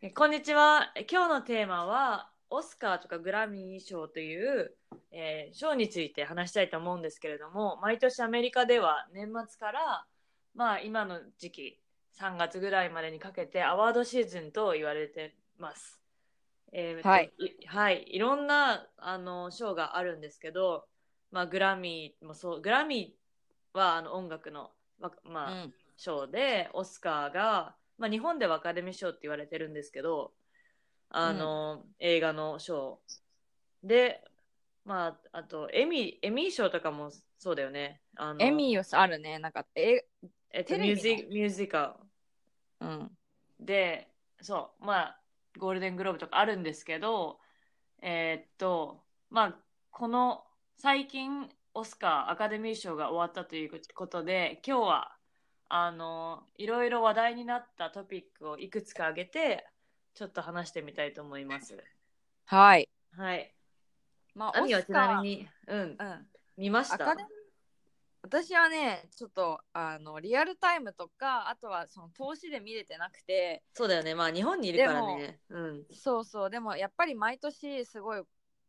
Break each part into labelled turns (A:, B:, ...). A: えこんにちは。え今日のテーマは、オスカーとかグラミー賞という、えー賞について話したいと思うんですけれども、毎年アメリカでは年末から、まあ今の時期、3月ぐらいまでにかけてアワードシーズンと言われてます。えーと
B: はい
A: いはい。いろんな、あの、賞があるんですけど、まあグラミーもそう、グラミーはあの音楽の、ままあ、賞でオスカーが、まあ、日本ではアカデミー賞って言われてるんですけどあの、映画の賞で、まあ、あとエミエミー賞とかもそうだよねあの
B: エミーあるね、なんか、え、
A: えっと
B: テ
A: ミュ
B: レビ
A: ー
B: の
A: ジミュージカ
B: うん。
A: ルでそうまあゴールデングローブとかあるんですけどえーっとまあこの最近オスカーアカデミー賞が終わったということで今日はあのいろいろ話題になったトピックをいくつか挙げてちょっと話してみたいと思います。
B: はい。
A: はい。
B: ま
A: アミはちな
B: に。
A: みに、うん、
B: うん。
A: 見まし
B: ア
A: た
B: カデ。ミー私はねちょっとあのリアルタイムとかあとはその投資で見れてなくて
A: そうだよね。まあ日本にいるからね。うん。
B: そうそうでもやっぱり毎年すごい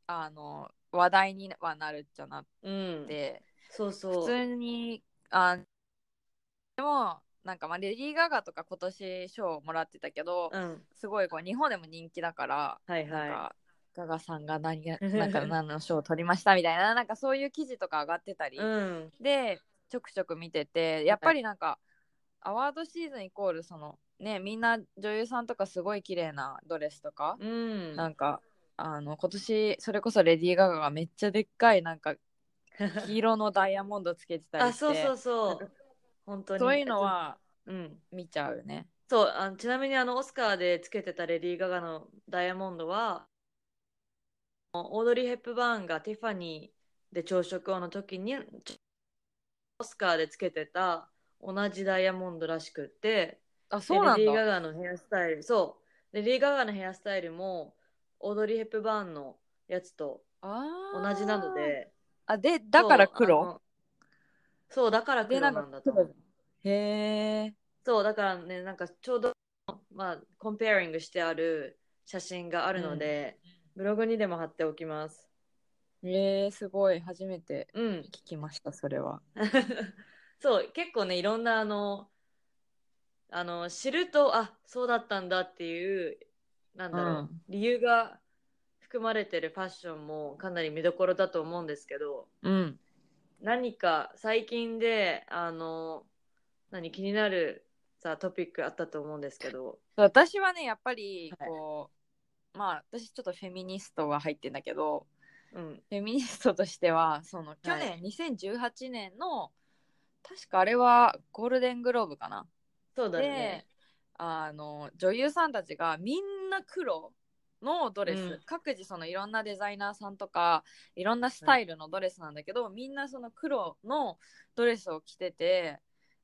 B: あの話題にはなるじゃなく
A: うん。
B: て
A: そうそう。
B: 普通にあでもなんかまあレディー・ガガとか今年賞をもらってたけど
A: うん。
B: すごいこう日本でも人気だから
A: はい
B: なん
A: は
B: かガガさんが何 がなんか何の賞を取りましたみたいななんかそういう記事とか上がってたり
A: い。うん。
B: でちょくちょく見ててやっぱりなんか、アワードシーズンイコールそのねみんな女優さんとかすごい綺麗なドレスとか、
A: うん。
B: なんかあの今年それこそレディー・ガガがめっちゃでっかいなんか黄色のダイヤモンドつけてたり
A: あ
B: して
A: そうそうそ
B: なん
A: う本当に
B: そういうのは
A: うん
B: 見ちゃうね。
A: そうあのちなみにあのオスカーでつけてたレディー・ガガのダイヤモンドはオードリー・ヘップバーンがティファニーで朝食をの時にちオスカーでつけてた同じダイヤモンドらしくって
B: あそうなん
A: レディー・ガ
B: だ。
A: ガのヘアスタイルそうレディー・ガガのヘアスタイルもオードリー・ヘップバーンのやつと
B: あ
A: 同
B: ー
A: じなの。で
B: あでだから
A: そうあ
B: 黒
A: のそうだから黒
B: でな
A: なん
B: か
A: んだと思う
B: へえ。
A: そうだからねなんかちょうど、まあ、コンペアリングしてある写真があるので、ブログにでも貼っておきます
B: えー、すごい初めて
A: うん
B: 聞きましたそれは。
A: そう結構ねいろんなあのあの知るとあそうだったんだっていうなんだろう、
B: うん
A: 理由が含まれてるファッションもかなり見どころだと思うんですけど
B: うん。
A: 何か最近であの何気になるさトピックあったと思うんですけど
B: 私はねやっぱり
A: はい
B: こう、まあ私ちょっとフェミニストが入ってんだけど
A: うん
B: フェミニストとしてはその去年2018年の、確かあれはゴールデングローブかな、
A: そうだ
B: で、
A: ね
B: あの女優さんたちがみんな黒のドレス、
A: うん
B: 各自そのいろんなデザイナーさんとかいろんなスタイルのドレスなんだけど、みんなその黒のドレスを着てて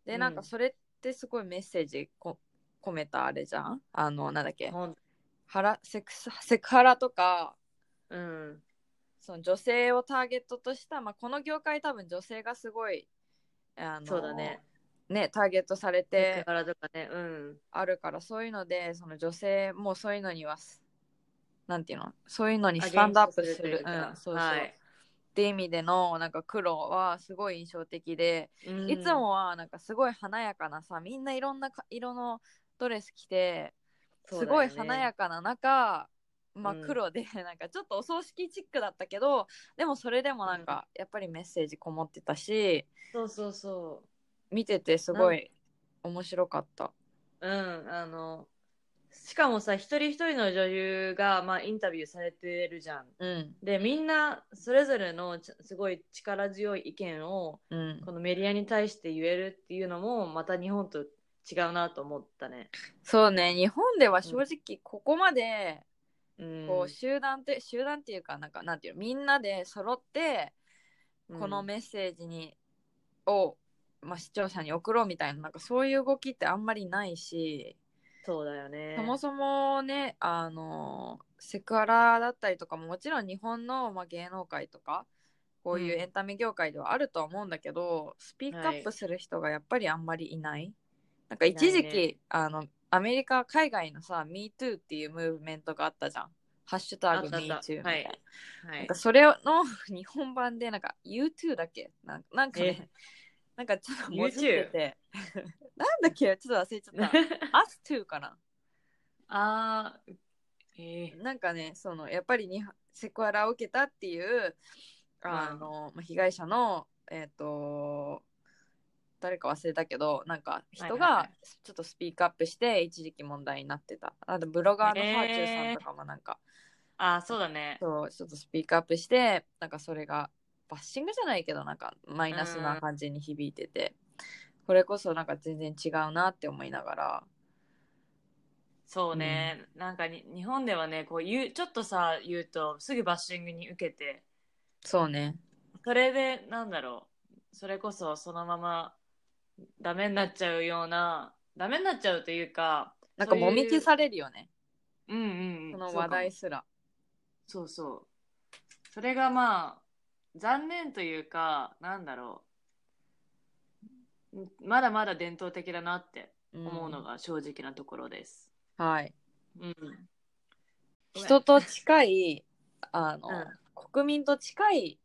A: う
B: で
A: ん
B: なんかそれってすごいメッセージこ込めたあれじゃんあのなんだっけ
A: ほん
B: ハラセクスセクハラとか
A: うん
B: その女性をターゲットとした、まあ、この業界多分女性がすごいあの
A: そうだね。
B: ねターゲットされ
A: セ
B: て
A: クハラとかね。うん。
B: あるからそういうのでその女性もそういうのにはすなんていうのそういうのにスタンドアップす
A: アゲイ
B: る
A: ンストというか
B: うんそうそう
A: はい
B: って意味でのなんか黒はすごい印象的で、
A: うん
B: いつもはなんかすごい華やかなさみんないろんなか色のドレス着てすごい華や
A: か。
B: かな中、まあ
A: うん
B: 黒で なんかちょっとお葬式チックだったけど、でもそれでもなんかやっぱりメッセージこもってたし
A: そうそうそ
B: 見ててすごい面白かった。
A: う。うん。あの、しかもさ、一人一人の女優が、まあ、インタビューされてるじゃん。
B: うん
A: で、みんな、それぞれのちすごい力強い意見を、
B: うん
A: このメディアに対して言えるっていうのも、また日本と違うなと思ったね。
B: そうね日本では正直ここまで
A: うん、
B: こう集団って、集団っていうかなんかなんていうのみんなで揃って
A: うん
B: このメッセージに、を、まあ、視聴者に送ろうみたいななんかそういう動きってあんまりないし、
A: そうだよね。
B: そもそもねあのセクハラだったりとかももちろん日本の、まあ、芸能界とかこういう
A: うん
B: エンタメ業界ではあるとは思うんだけど、スピークアップする人がやっぱりあんまりいない。なんか一時
A: いな
B: 期、
A: いね
B: あのアメリカ海外のさ「MeToo」っていうムーブメントがあったじゃん。ハッシュタグ
A: あったあった
B: MeToo み
A: は
B: たい
A: い
B: な。
A: は
B: なん
A: い
B: か。それの 日本版でなんか U2 だっけなんなんかね、
A: え
B: なんかちょっともじってて なんだっけちょっと忘れちゃっ た Us2 かな
A: あーえ
B: なんかねそのやっぱりにセクハラを受けたっていうあの、まあ被害者のえっ、と誰か忘れたけどなんか人
A: はいはいは
B: が
A: い
B: ちょっとスピークアップして一時期問題になってたあとブロガーのハーチューさんとかもなんか、
A: ー、あーそうだね。
B: そうちょっとスピークアップしてなんかそれがバッシングじゃないけどなんかマイナスな感じに響いてて、これこそなんか全然違うなって思いながら
A: そうね、なんかに日本ではねこう言うちょっとさ言うとすぐバッシングに受けて
B: そうね
A: それでなんだろうそれこそそのままダメになっちゃうようなダメになっちゃうというか
B: なんか
A: そうい
B: も
A: う
B: み消されるよね
A: うんうんうん
B: その話題すら
A: そうかもそうそうそれがまあ残念というかなんだろうまだまだ伝統的だなって思うのが正直なところです、
B: うんはい
A: うん、
B: 人と近いあの、
A: う
B: 国民と近い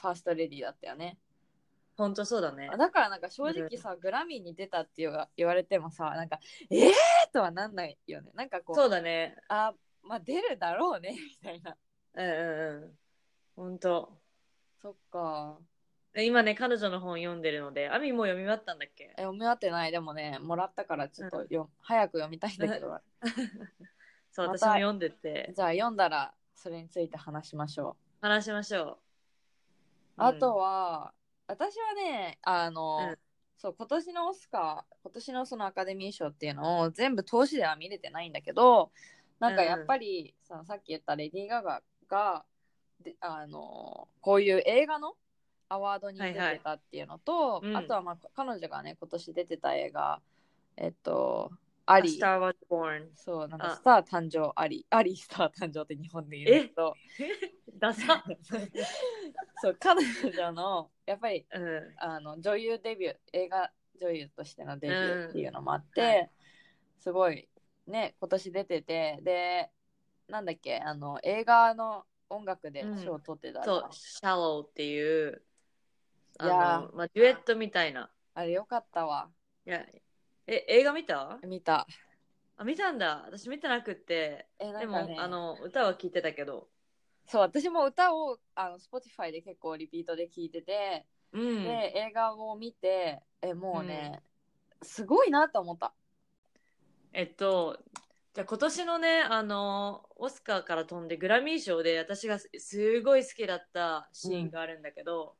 B: ファーストレディーだったよね
A: 本当そうだね
B: だからなんか正直さ、グラミーに出たっていうが言われてもさなんかええー、とはなんないよねなんかこう
A: そうだね
B: あまあ出るだろうね みたいな
A: うんうんうん本当
B: そっか
A: 今ね彼女の本読んでるのでアミもう読み終わったんだっけ
B: え読み合ってないでもねもらったからちょっとよ、早く読みたいんだけど
A: そう
B: ま
A: 私
B: た
A: も読んでて
B: じゃあ読んだらそれについて話しましょ
A: 話しましょ
B: う
A: う、
B: あとは、私はねあの、
A: うん
B: そう今年のオスカー今年のそのアカデミー賞っていうのを全部通しでは見れてないんだけどなんかやっぱり、そのさっき言ったレディー・ガガがであのこういう映画のアワードに出てたっていうのと、
A: はいはいうん
B: あとは、まあ、彼女がね今年出てた映画えっと「ア
A: うん、
B: リー」
A: Star was born
B: そう、なん
A: あ
B: かスター誕生あり、ありスター誕生って日本で言うんだけど、
A: ダサ
B: そう、彼女の、やっぱり、
A: うん
B: あの、女優デビュー、映画女優としてのデビューっていうのもあって、
A: うんはい
B: すごい、ね、今年出てて、で、なんだっけ、あの、映画の音楽で賞を取ってた、
A: そう「Shallow」っていうあ
B: いや
A: の、まあ、デュエットみたいな
B: あれよかったわ。
A: いやえ映画見た
B: 見た。
A: あ見たんだ私見てなくって
B: え、な
A: で
B: んか
A: も、
B: ね、
A: あの歌は聞いてたけど
B: そう、私も歌を、あの、Spotify で結構リピートで聞いてて、
A: うん
B: で映画を見てえもうね、すごいなと思った
A: えっと、じゃあ今年のね、あの、オスカーから飛んでグラミー賞で私がすすごい好きだったシーンがあるんだけ
B: う
A: ど、
B: ん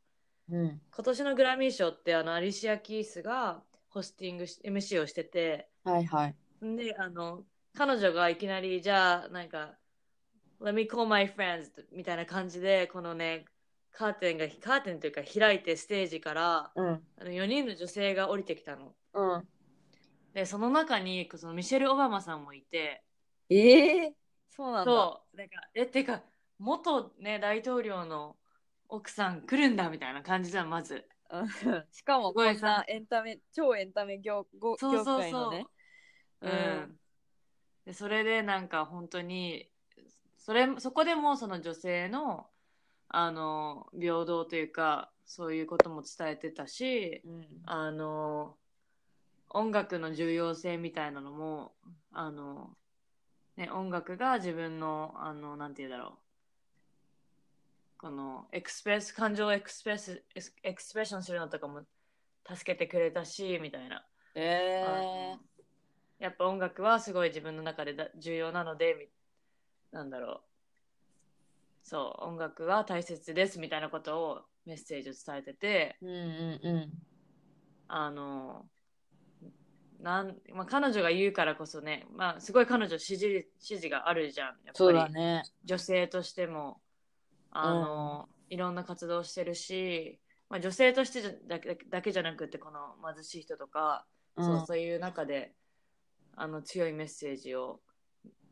A: 今年のグラミー賞ってあの、アリシア・キースがホスティングし、MC をしてて、
B: はいはい
A: んで、あの、彼女がいきなり、じゃあ、なんか、Let me call my friends みたいな感じで、このね、カーテンが、カーテンというか開いてステージから、
B: うん
A: あの4人の女性が降りてきたの。
B: うん
A: で、その中に、そのミシェル・オバマさんもいて、
B: ええそうなんだ
A: そうなんかえってか元ね大統領の奥さん来るんだみたいな感じじゃんまず
B: うん しかもこ
A: すごい
B: んなエンタメ超エンタメ業ご
A: そう
B: 業
A: そう
B: 界
A: そ
B: の
A: う、
B: ね
A: うん、
B: うん
A: でそれでなんか本当にそれそこでもうその女性のあの平等というかそういうことも伝えてたし
B: うん
A: あの音楽の重要性みたいなのもあの、ね、音楽が自分のあのなんて言うんだろうこのエクスプレス感情をエクスプレスエスエクスプレッションするのとかも助けてくれたしみたいな、
B: ええ
A: やっぱ音楽はすごい自分の中でだ重要なのでみなんだろうそう音楽は大切ですみたいなことをメッセージを伝えてて
B: うんうんうん
A: あのなんまあ、彼女が言うからこそね、まあ、すごい彼女支持支持があるじゃんやっぱり
B: そうだね。
A: 女性としてもあの、いろんな活動してるし、まあ、女性としてじゃだけだけじゃなくてこの貧しい人とか、
B: うん
A: そうそういう中であの強いメッセージを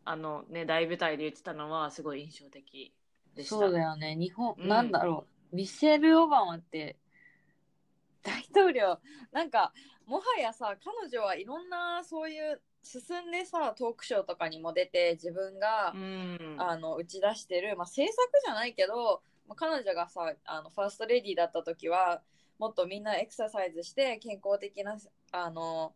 A: あの、ね、大舞台で言ってたのはすごい印象的でした。
B: そうだよね。日本、
A: うん
B: なんだろう。ミシェル・オバマって、大統領、なんか、もはやさ、彼女はいろんなそういう、進んでさ、トークショーとかにも出て、自分が
A: う、ん、
B: あの、打ち出してる、まあ、政策じゃないけど、まあ彼女がさ、あの、ファーストレディーだった時は、もっとみんなエクササイズして、健康的な、あの、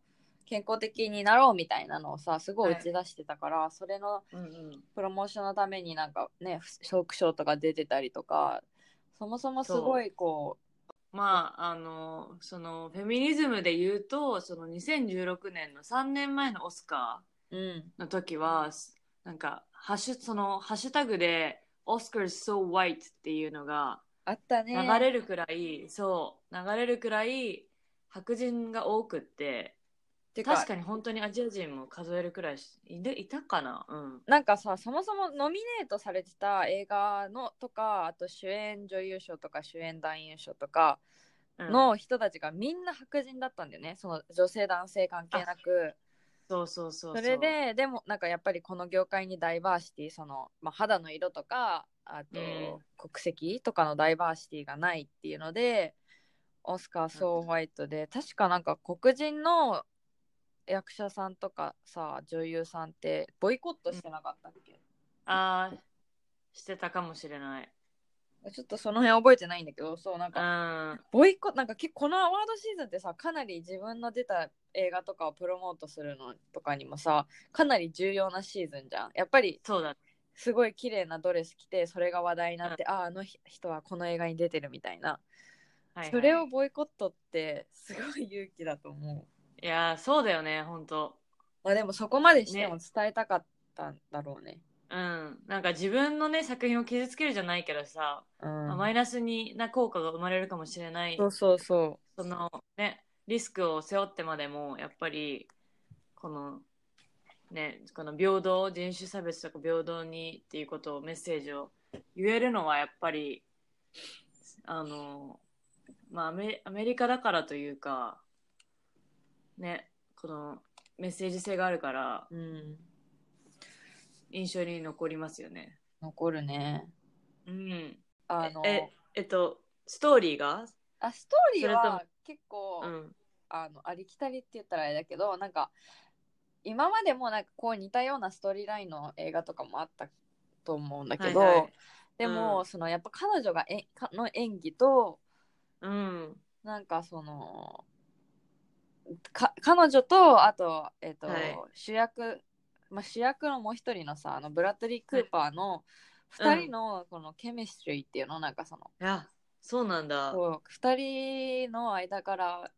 B: 健康的になろうみたいなのをさ、すごい打ち出してたから、それの、
A: うんうん
B: プロモーションのためになんかねショークショーとか出てたりとかそもそもすごいこ
A: まあ、あの、その、フェミニズムで言うと、その2016年の3年前のオスカ
B: ううん
A: ーの時は、すなんか、ハッシュ、その、ハッシュタグで、オスカー is so white っていうのが
B: あったね
A: 流れるくらい、そう、流れるくらい白人が多くって、
B: てか
A: 確かに本当にアジア人も数えるくらいしいでいたかなうん。
B: なんかさそもそもノミネートされてた映画のとかあと主演女優賞とか主演男優賞とか
A: うん、
B: の人たちがみんな白人だったんだよね、その女性男性関係なく
A: そうそうそう。
B: そうれ、ででもなんかやっぱりこの業界にダイバーシティその、まあ、肌の色とかあと、
A: うん
B: 国籍とかのダイバーシティがないっていうのでオスカー・ソー・ホワイトで、確かなんか黒人の役者さんとかさ女優さんってボイコットしてなかったっけ、
A: ああ、してたかもしれない。
B: ちょっとその辺覚えてないんだけどそうなん
A: う
B: か
A: ん。
B: ボイコットなんか結構このアワードシーズンってさかなり自分の出た映画とかをプロモートするのとかにもさかなり重要なシーズンじゃんやっぱり
A: そうだね
B: すごい綺麗なドレス着てそれが話題になって、あああの人はこの映画に出てるみたいな、
A: はいはい
B: それをボイコットってすごい勇気だと思う
A: いやーそうだよね本当
B: まあでもそこまでしても伝えたかったんだろうね
A: うんなんか自分のね作品を傷つけるじゃないけどさ、
B: うん
A: マイナスにな効果が生まれるかもしれない
B: そうそうそ
A: そのねリスクを背負ってまでもやっぱりこのねこの平等人種差別とか平等にっていうことをメッセージを言えるのはやっぱりあのまあアメアメリカだからというかねこのメッセージ性があるから
B: ううん
A: 印象に残りますよね。
B: 残るね
A: うん。
B: あの
A: え、えっと、ストーリーが
B: あストーリー
A: それ
B: は結構、
A: うん。
B: あのありきたりって言ったらあれだけどなんか今までもなんかこう似たようなストーリーラインの映画とかもあったと思うんだけど、
A: はいはい
B: でも、
A: うん
B: そのやっぱ彼女がえかの演技と
A: うん。
B: なんかそのか彼女とあと,、えっと
A: はい
B: 主役、まあ、主役のもう一人のさあのブラッドリー・クーパーの
A: うん
B: 2人のこのケミストリーっていうのなんかその、
A: いや、そうなんだ。
B: こう2人の間から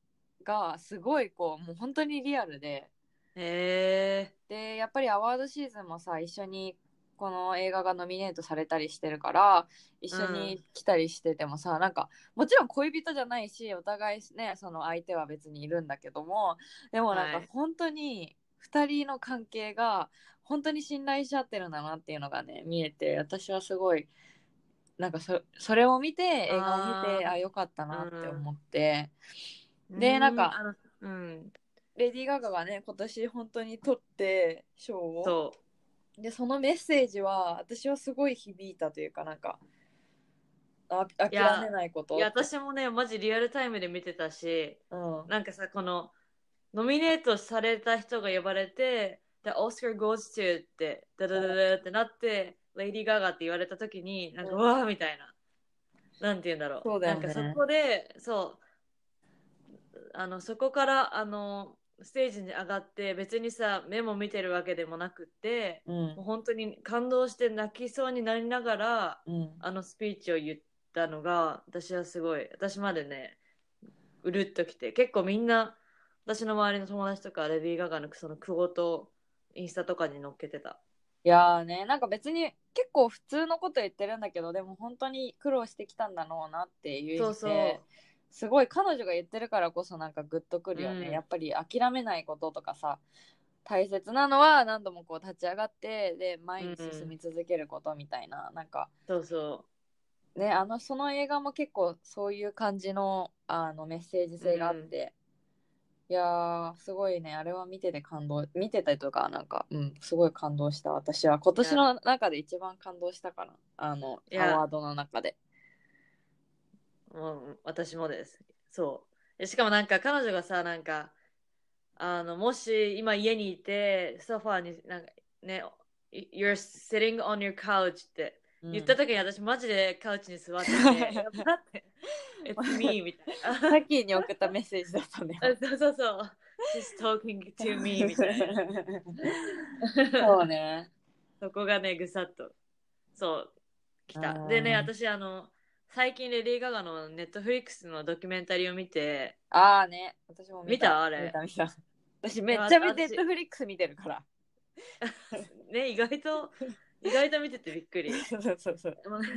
B: がすごいこうもう本当にリアルで
A: へえ。
B: でやっぱりアワードシーズンもさ一緒にこの映画がノミネートされたりしてるから一緒に来たりしててもさ、なんかもちろん恋人じゃないしお互いねその相手は別にいるんだけどもでもなん
A: は
B: か
A: い
B: 本当に2人の関係が本当に信頼し合ってるんだなっていうのがね見えて私はすごいなんかそそれを見て映画を見て
A: あー
B: あよかったなって思って、で
A: う
B: なんか
A: あのうん。
B: レディー・ガガがね今年本当に取って賞を。
A: そ
B: でそのメッセージは私はすごい響いたというかなんかあ諦めないこ
A: う。
B: と
A: いや、私もね、マジリアルタイムで見てたし、
B: うん、
A: なんかさ、この、ノミネートされた人が呼ばれて、で、オスカー goes to って、ダダダダダってなって、レディー・ガガって言われた時に、なんか、
B: うん
A: わーみたいな。なんて言うんだろう。
B: そうだよね
A: なんかそこで、そう、あの、そこから、あの、ステージに上がって、別にさ、目も見てるわけでもなくって、
B: うん
A: もう本当に感動して泣きそうになりながら、
B: うん、
A: あのスピーチを言ったのが私はすごい私までねうるっときて結構みんな私の周りの友達とかレディー・ガガのそのクゴとインスタとかに載っけてた
B: いやーねなんか別に結構普通のこと言ってるんだけどでも本当に苦労してきたんだろうなっていう
A: そうそう
B: すごい彼女が言ってるからこそなんかグッとくるよね、
A: うん
B: やっぱり諦めないこととかさ大切なのは何度もこう立ち上がってで前に進み続けることみたいな、なんか
A: そうそ
B: ねあのその映画も結構そういう感じのあのメッセージ性があって、いやーすごいねあれは見てて感動見てたりとかなんか、うん、すごい感動した私は今年の中で一番感動したかなあの
A: いや
B: アワードの中で。
A: うもう私もですそうでしかもなんか彼女がさなんかあのもし今家にいてソファーになんかね You're sitting on your couch って言った時に私マジでカウチに座ってて、 やばって It's me みたいな
B: さっきに送ったメッセージだったんだよ。
A: あそうそうそう。She's talking to me みたい な。
B: そうね。
A: そこがね、ぐさっと。そう、来
B: あ
A: た。
B: ー
A: でね、私、あの、最近レディー・ガガのネットフリックスのドキュメンタリーを見て、
B: ああね。私も
A: 見たあれ
B: 見た見た。私めっちゃ
A: いや
B: ネ
A: 私
B: ットフリックス見てるから。
A: ね、意外と、意外と見ててびっくり。
B: そうそうそう。
A: でもね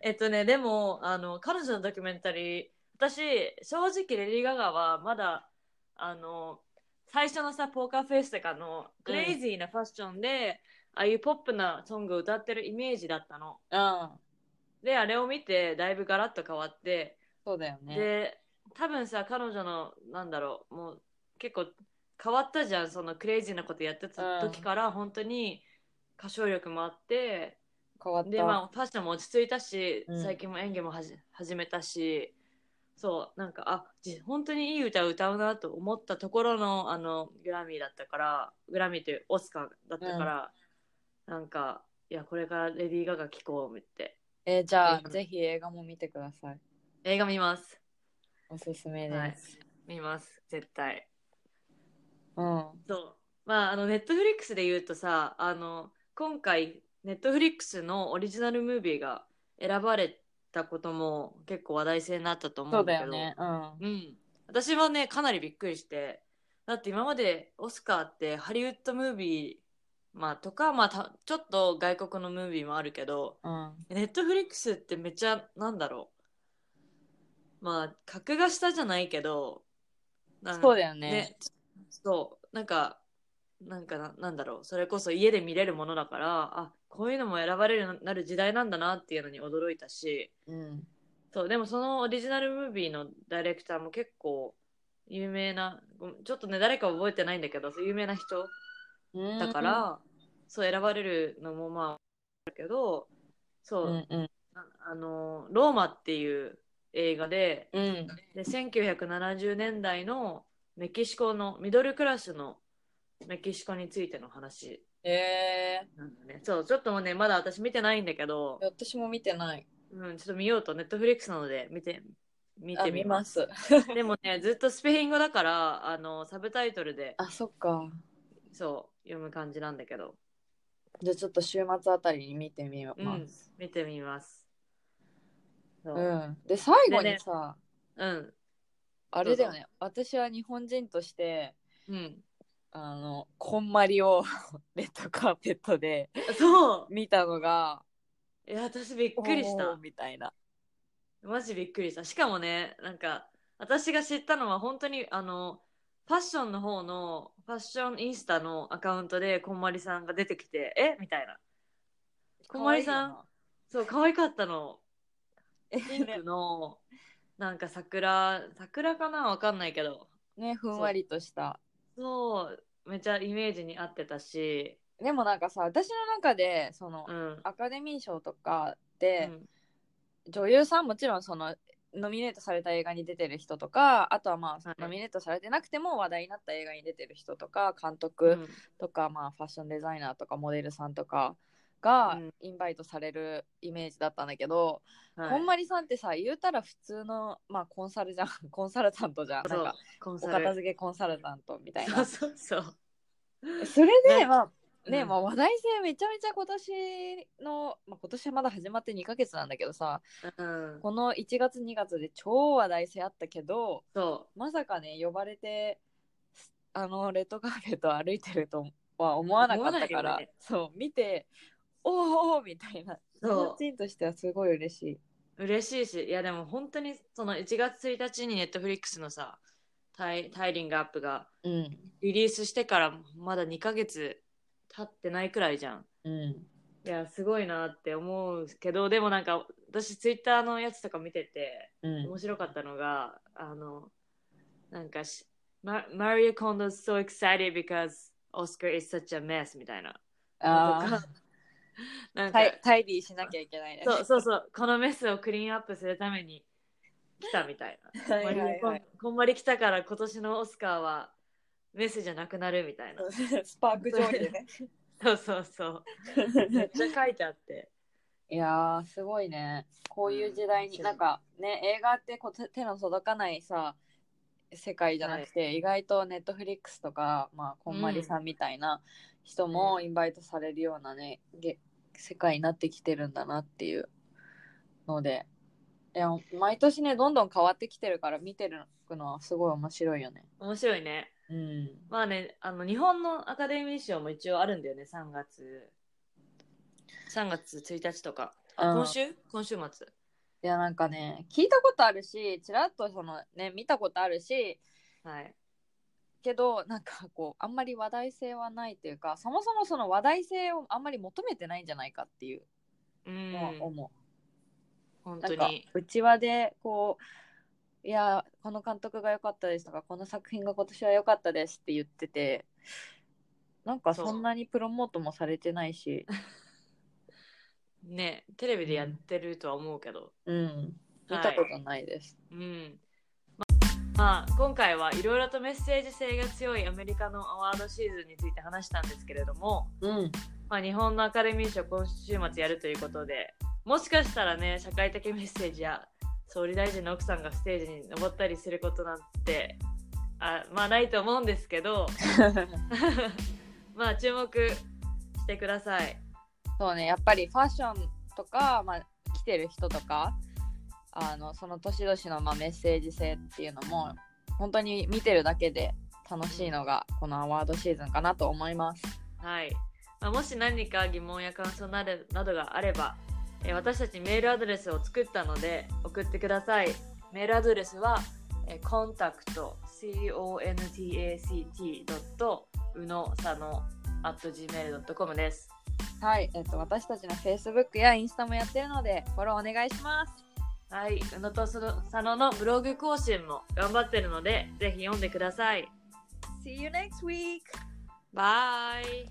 A: えっとね、でも、あの、彼女のドキュメンタリー、私、正直レディー・ガガはまだ、あの、最初のさ、ポーカーフェイスとかのクレイジーなファッションで、ああいうポップなソングを歌ってるイメージだったの。
B: うん。
A: であれを見てだいぶガラッと変わって、
B: そうだよね。
A: で多分さ彼女のなんだろうもう結構変わったじゃんそのクレイジーなことやってた時から本当に歌唱力もあって、
B: 変わった。
A: でまあファッションも落ち着いたし、
B: うん
A: 最近も演技もはじ始めたしそうなんかあじ本当にいい歌を歌うなと思ったところのあのグラミーだったからグラミーというオスカーだったから、なんかいやこれからレディー・ガガ聴こうって
B: えーじゃ
A: 映
B: あ、
A: 画
B: ぜひ映画も見てください。
A: 映画見ます。
B: おすすめ
A: はい
B: です。、
A: 見ます絶対
B: うん。
A: そうまああのネットフリックスで言うとさあの今回ネットフリックスのオリジナルムービーが選ばれたことも結構話題性になったと思
B: そううんだ
A: だけ
B: よ
A: ど
B: ね。うん。
A: うん、私はねかなりびっくりしてだって今までオスカーってハリウッドムービー、まあ、とか、まあ、たちょっと外国のムービーもあるけど
B: うん。
A: ネットフリックスってめっちゃなんだろうまあ格が下じゃないけどなん
B: そうだよ
A: ね
B: ね。
A: そうなんかなんかななんだろうそれこそ家で見れるものだからあこういうのも選ばれるようになる時代なんだなっていうのに驚いたし
B: うん。
A: そうでもそのオリジナルムービーのダイレクターも結構有名なごめんちょっとね誰か覚えてないんだけどそう有名な人
B: うん
A: だか、ら、そう選ばれるのもまああるけど
B: う
A: そう、
B: んうん。
A: ああの「ローマ」っていう映画で
B: うん。
A: で1970年代のメキシコのミドルクラスのメキシコについての話
B: え
A: なんだねそうちょっともうねまだ私見てないんだけど
B: ー、、私も見てない。
A: うん、ちょっと見ようとネットフリックスなので見て見
B: あ
A: てみます
B: す。
A: でもねずっとスペイン語だからあのサブタイトルで
B: あ、そっか。
A: そう読む感じなんだけど
B: じゃあちょっと週末あたりに見てみます。
A: うん見てみますそうう、
B: ん、で最後
A: で
B: に
A: ね
B: さ、
A: うん
B: あれだよね私は日本人として
A: うん、
B: あのこんまりを レッドカーペットで
A: そう
B: 見たのが
A: いや私びっくりし
B: おー
A: た
B: みたいな
A: マジびっくりした。しかもね、なんか、私が知ったのは本当に、あの、ファッションの方の、ファッションインスタのアカウントで、こんまりさんが出てきて、えみたいな。こんまりさん、そう、可愛かったの。
B: え
A: ピンクの、なんか桜、桜かなわかんないけど。
B: ねふんわりとした
A: そう、めっちゃイメージに合ってたし、
B: でもなんかさ私の中でその、
A: うん。
B: アカデミー賞とか
A: う
B: で、
A: ん
B: 女優さんもちろんそのノミネートされた映画に出てる人とかあとはまあ、
A: はい
B: ノミネートされてなくても話題になった映画に出てる人とか監督、
A: うん
B: とか、まあ、ファッションデザイナーとかモデルさんとかが
A: うん
B: インバイトされるイメージだったんだけど、
A: はい
B: こんまりさんってさ言うたら普通の、まあ、コンサルじゃん コンサルタントじゃんな
A: そ
B: ん
A: う
B: か
A: コン
B: お
A: サ
B: 片
A: ル。
B: 付けコンサルタントみたい
A: そう
B: な
A: そうそう。
B: それで
A: な
B: まあね、
A: うん
B: まあ、話題性めちゃめちゃ今年の、まあ、今年はまだ始まって2ヶ月なんだけどさ
A: うん。
B: この1月2月で超話題性あったけど
A: そ
B: まさかね呼ばれてすあのレッドカーペットを歩いてるとは思わなかったか
A: 思わ
B: ら、
A: ないよね
B: そう見ておーおーみたいな
A: う。
B: 日
A: そう
B: 本。人としてはすごい嬉しい
A: 嬉しいしいやでも本当にその1月1日にネットフリックスのさタイタイリングアップが
B: うん。
A: リリースしてからまだ2ヶ月経ってないくらいじゃん
B: うん。
A: いやすごいなって思うけどでもなんか私ツイッターのやつとか見てて
B: うん。
A: 面白かったのがあのなんかし、ま、Maria Kondo's so excited because Oscar is such a mess みたいな
B: あ
A: と
B: あ
A: か。なんか
B: タイタイリーしなきゃい けないね。
A: そうそうそうこのメスをクリーンアップするために来たみたいな
B: はいはいはい
A: マリーコンこんまり来たから今年のオスカーはメスじゃなくなるみたいな
B: スパーク上位で ね。
A: そうそうそうめっちゃ書いてあって
B: いやーすごいねこういう時代に、
A: うん
B: なんかね映画ってこう手の届かないさ世界じゃなくて、意外とネットフリックスとか、まあ、こんまりさんみたいな人もインバイトされるようなね、げ世界になってきてるんだなっていうのでいや毎年ねどんどん変わってきてるから見てるのはすごい面白いよね。
A: 面白いね
B: うん、
A: まあねあの日本のアカデミー賞も一応あるんだよね3月3月1日とかあ
B: うん
A: 今週今週末
B: いやなんかね聞いたことあるしちらっとそのね見たことあるし
A: はい
B: けどなんかこうあんまり話題性はないというかそもそもその話題性をあんまり求めてないんじゃないかっていう
A: う
B: のは
A: ん
B: 思
A: 本
B: う、な
A: 当
B: んか
A: に
B: うちわでこういやこの監督が良かったですとかこの作品が今年は良かったですって言っててなんかそんなにプロモートもされてないし
A: ねテレビでやってるとは思うけど、
B: うん見
A: はい
B: たことないです、
A: うんままあ、今回はいろいろとメッセージ性が強いアメリカのアワードシーズンについて話したんですけれども、
B: うん
A: まあ、日本のアカデミー賞今週末やるということでもしかしたらね社会的メッセージや総理大臣の奥さんがステージに登ったりすることなんてあまあないと思うんですけどまあ注目してください。
B: そうねやっぱりファッションとか、まあ、来てる人とかあのその年々の、まあ、メッセージ性っていうのも本当に見てるだけで楽しいのがこのアワードシーズンかなと思います。
A: はいまあ、もし何か疑問や感想などなどがあれば、えー私たちメールアドレスを作ったので送ってくださいメールアドレスは、えー、contact contact. うのさの at gmail.com です
B: はい、えっと、私たちの Facebook やインスタもやってるのでフォローお願いします。
A: はいうのとそのさののブログ更新も頑張ってるのでぜひ読んでください
B: See you next week!
A: バイ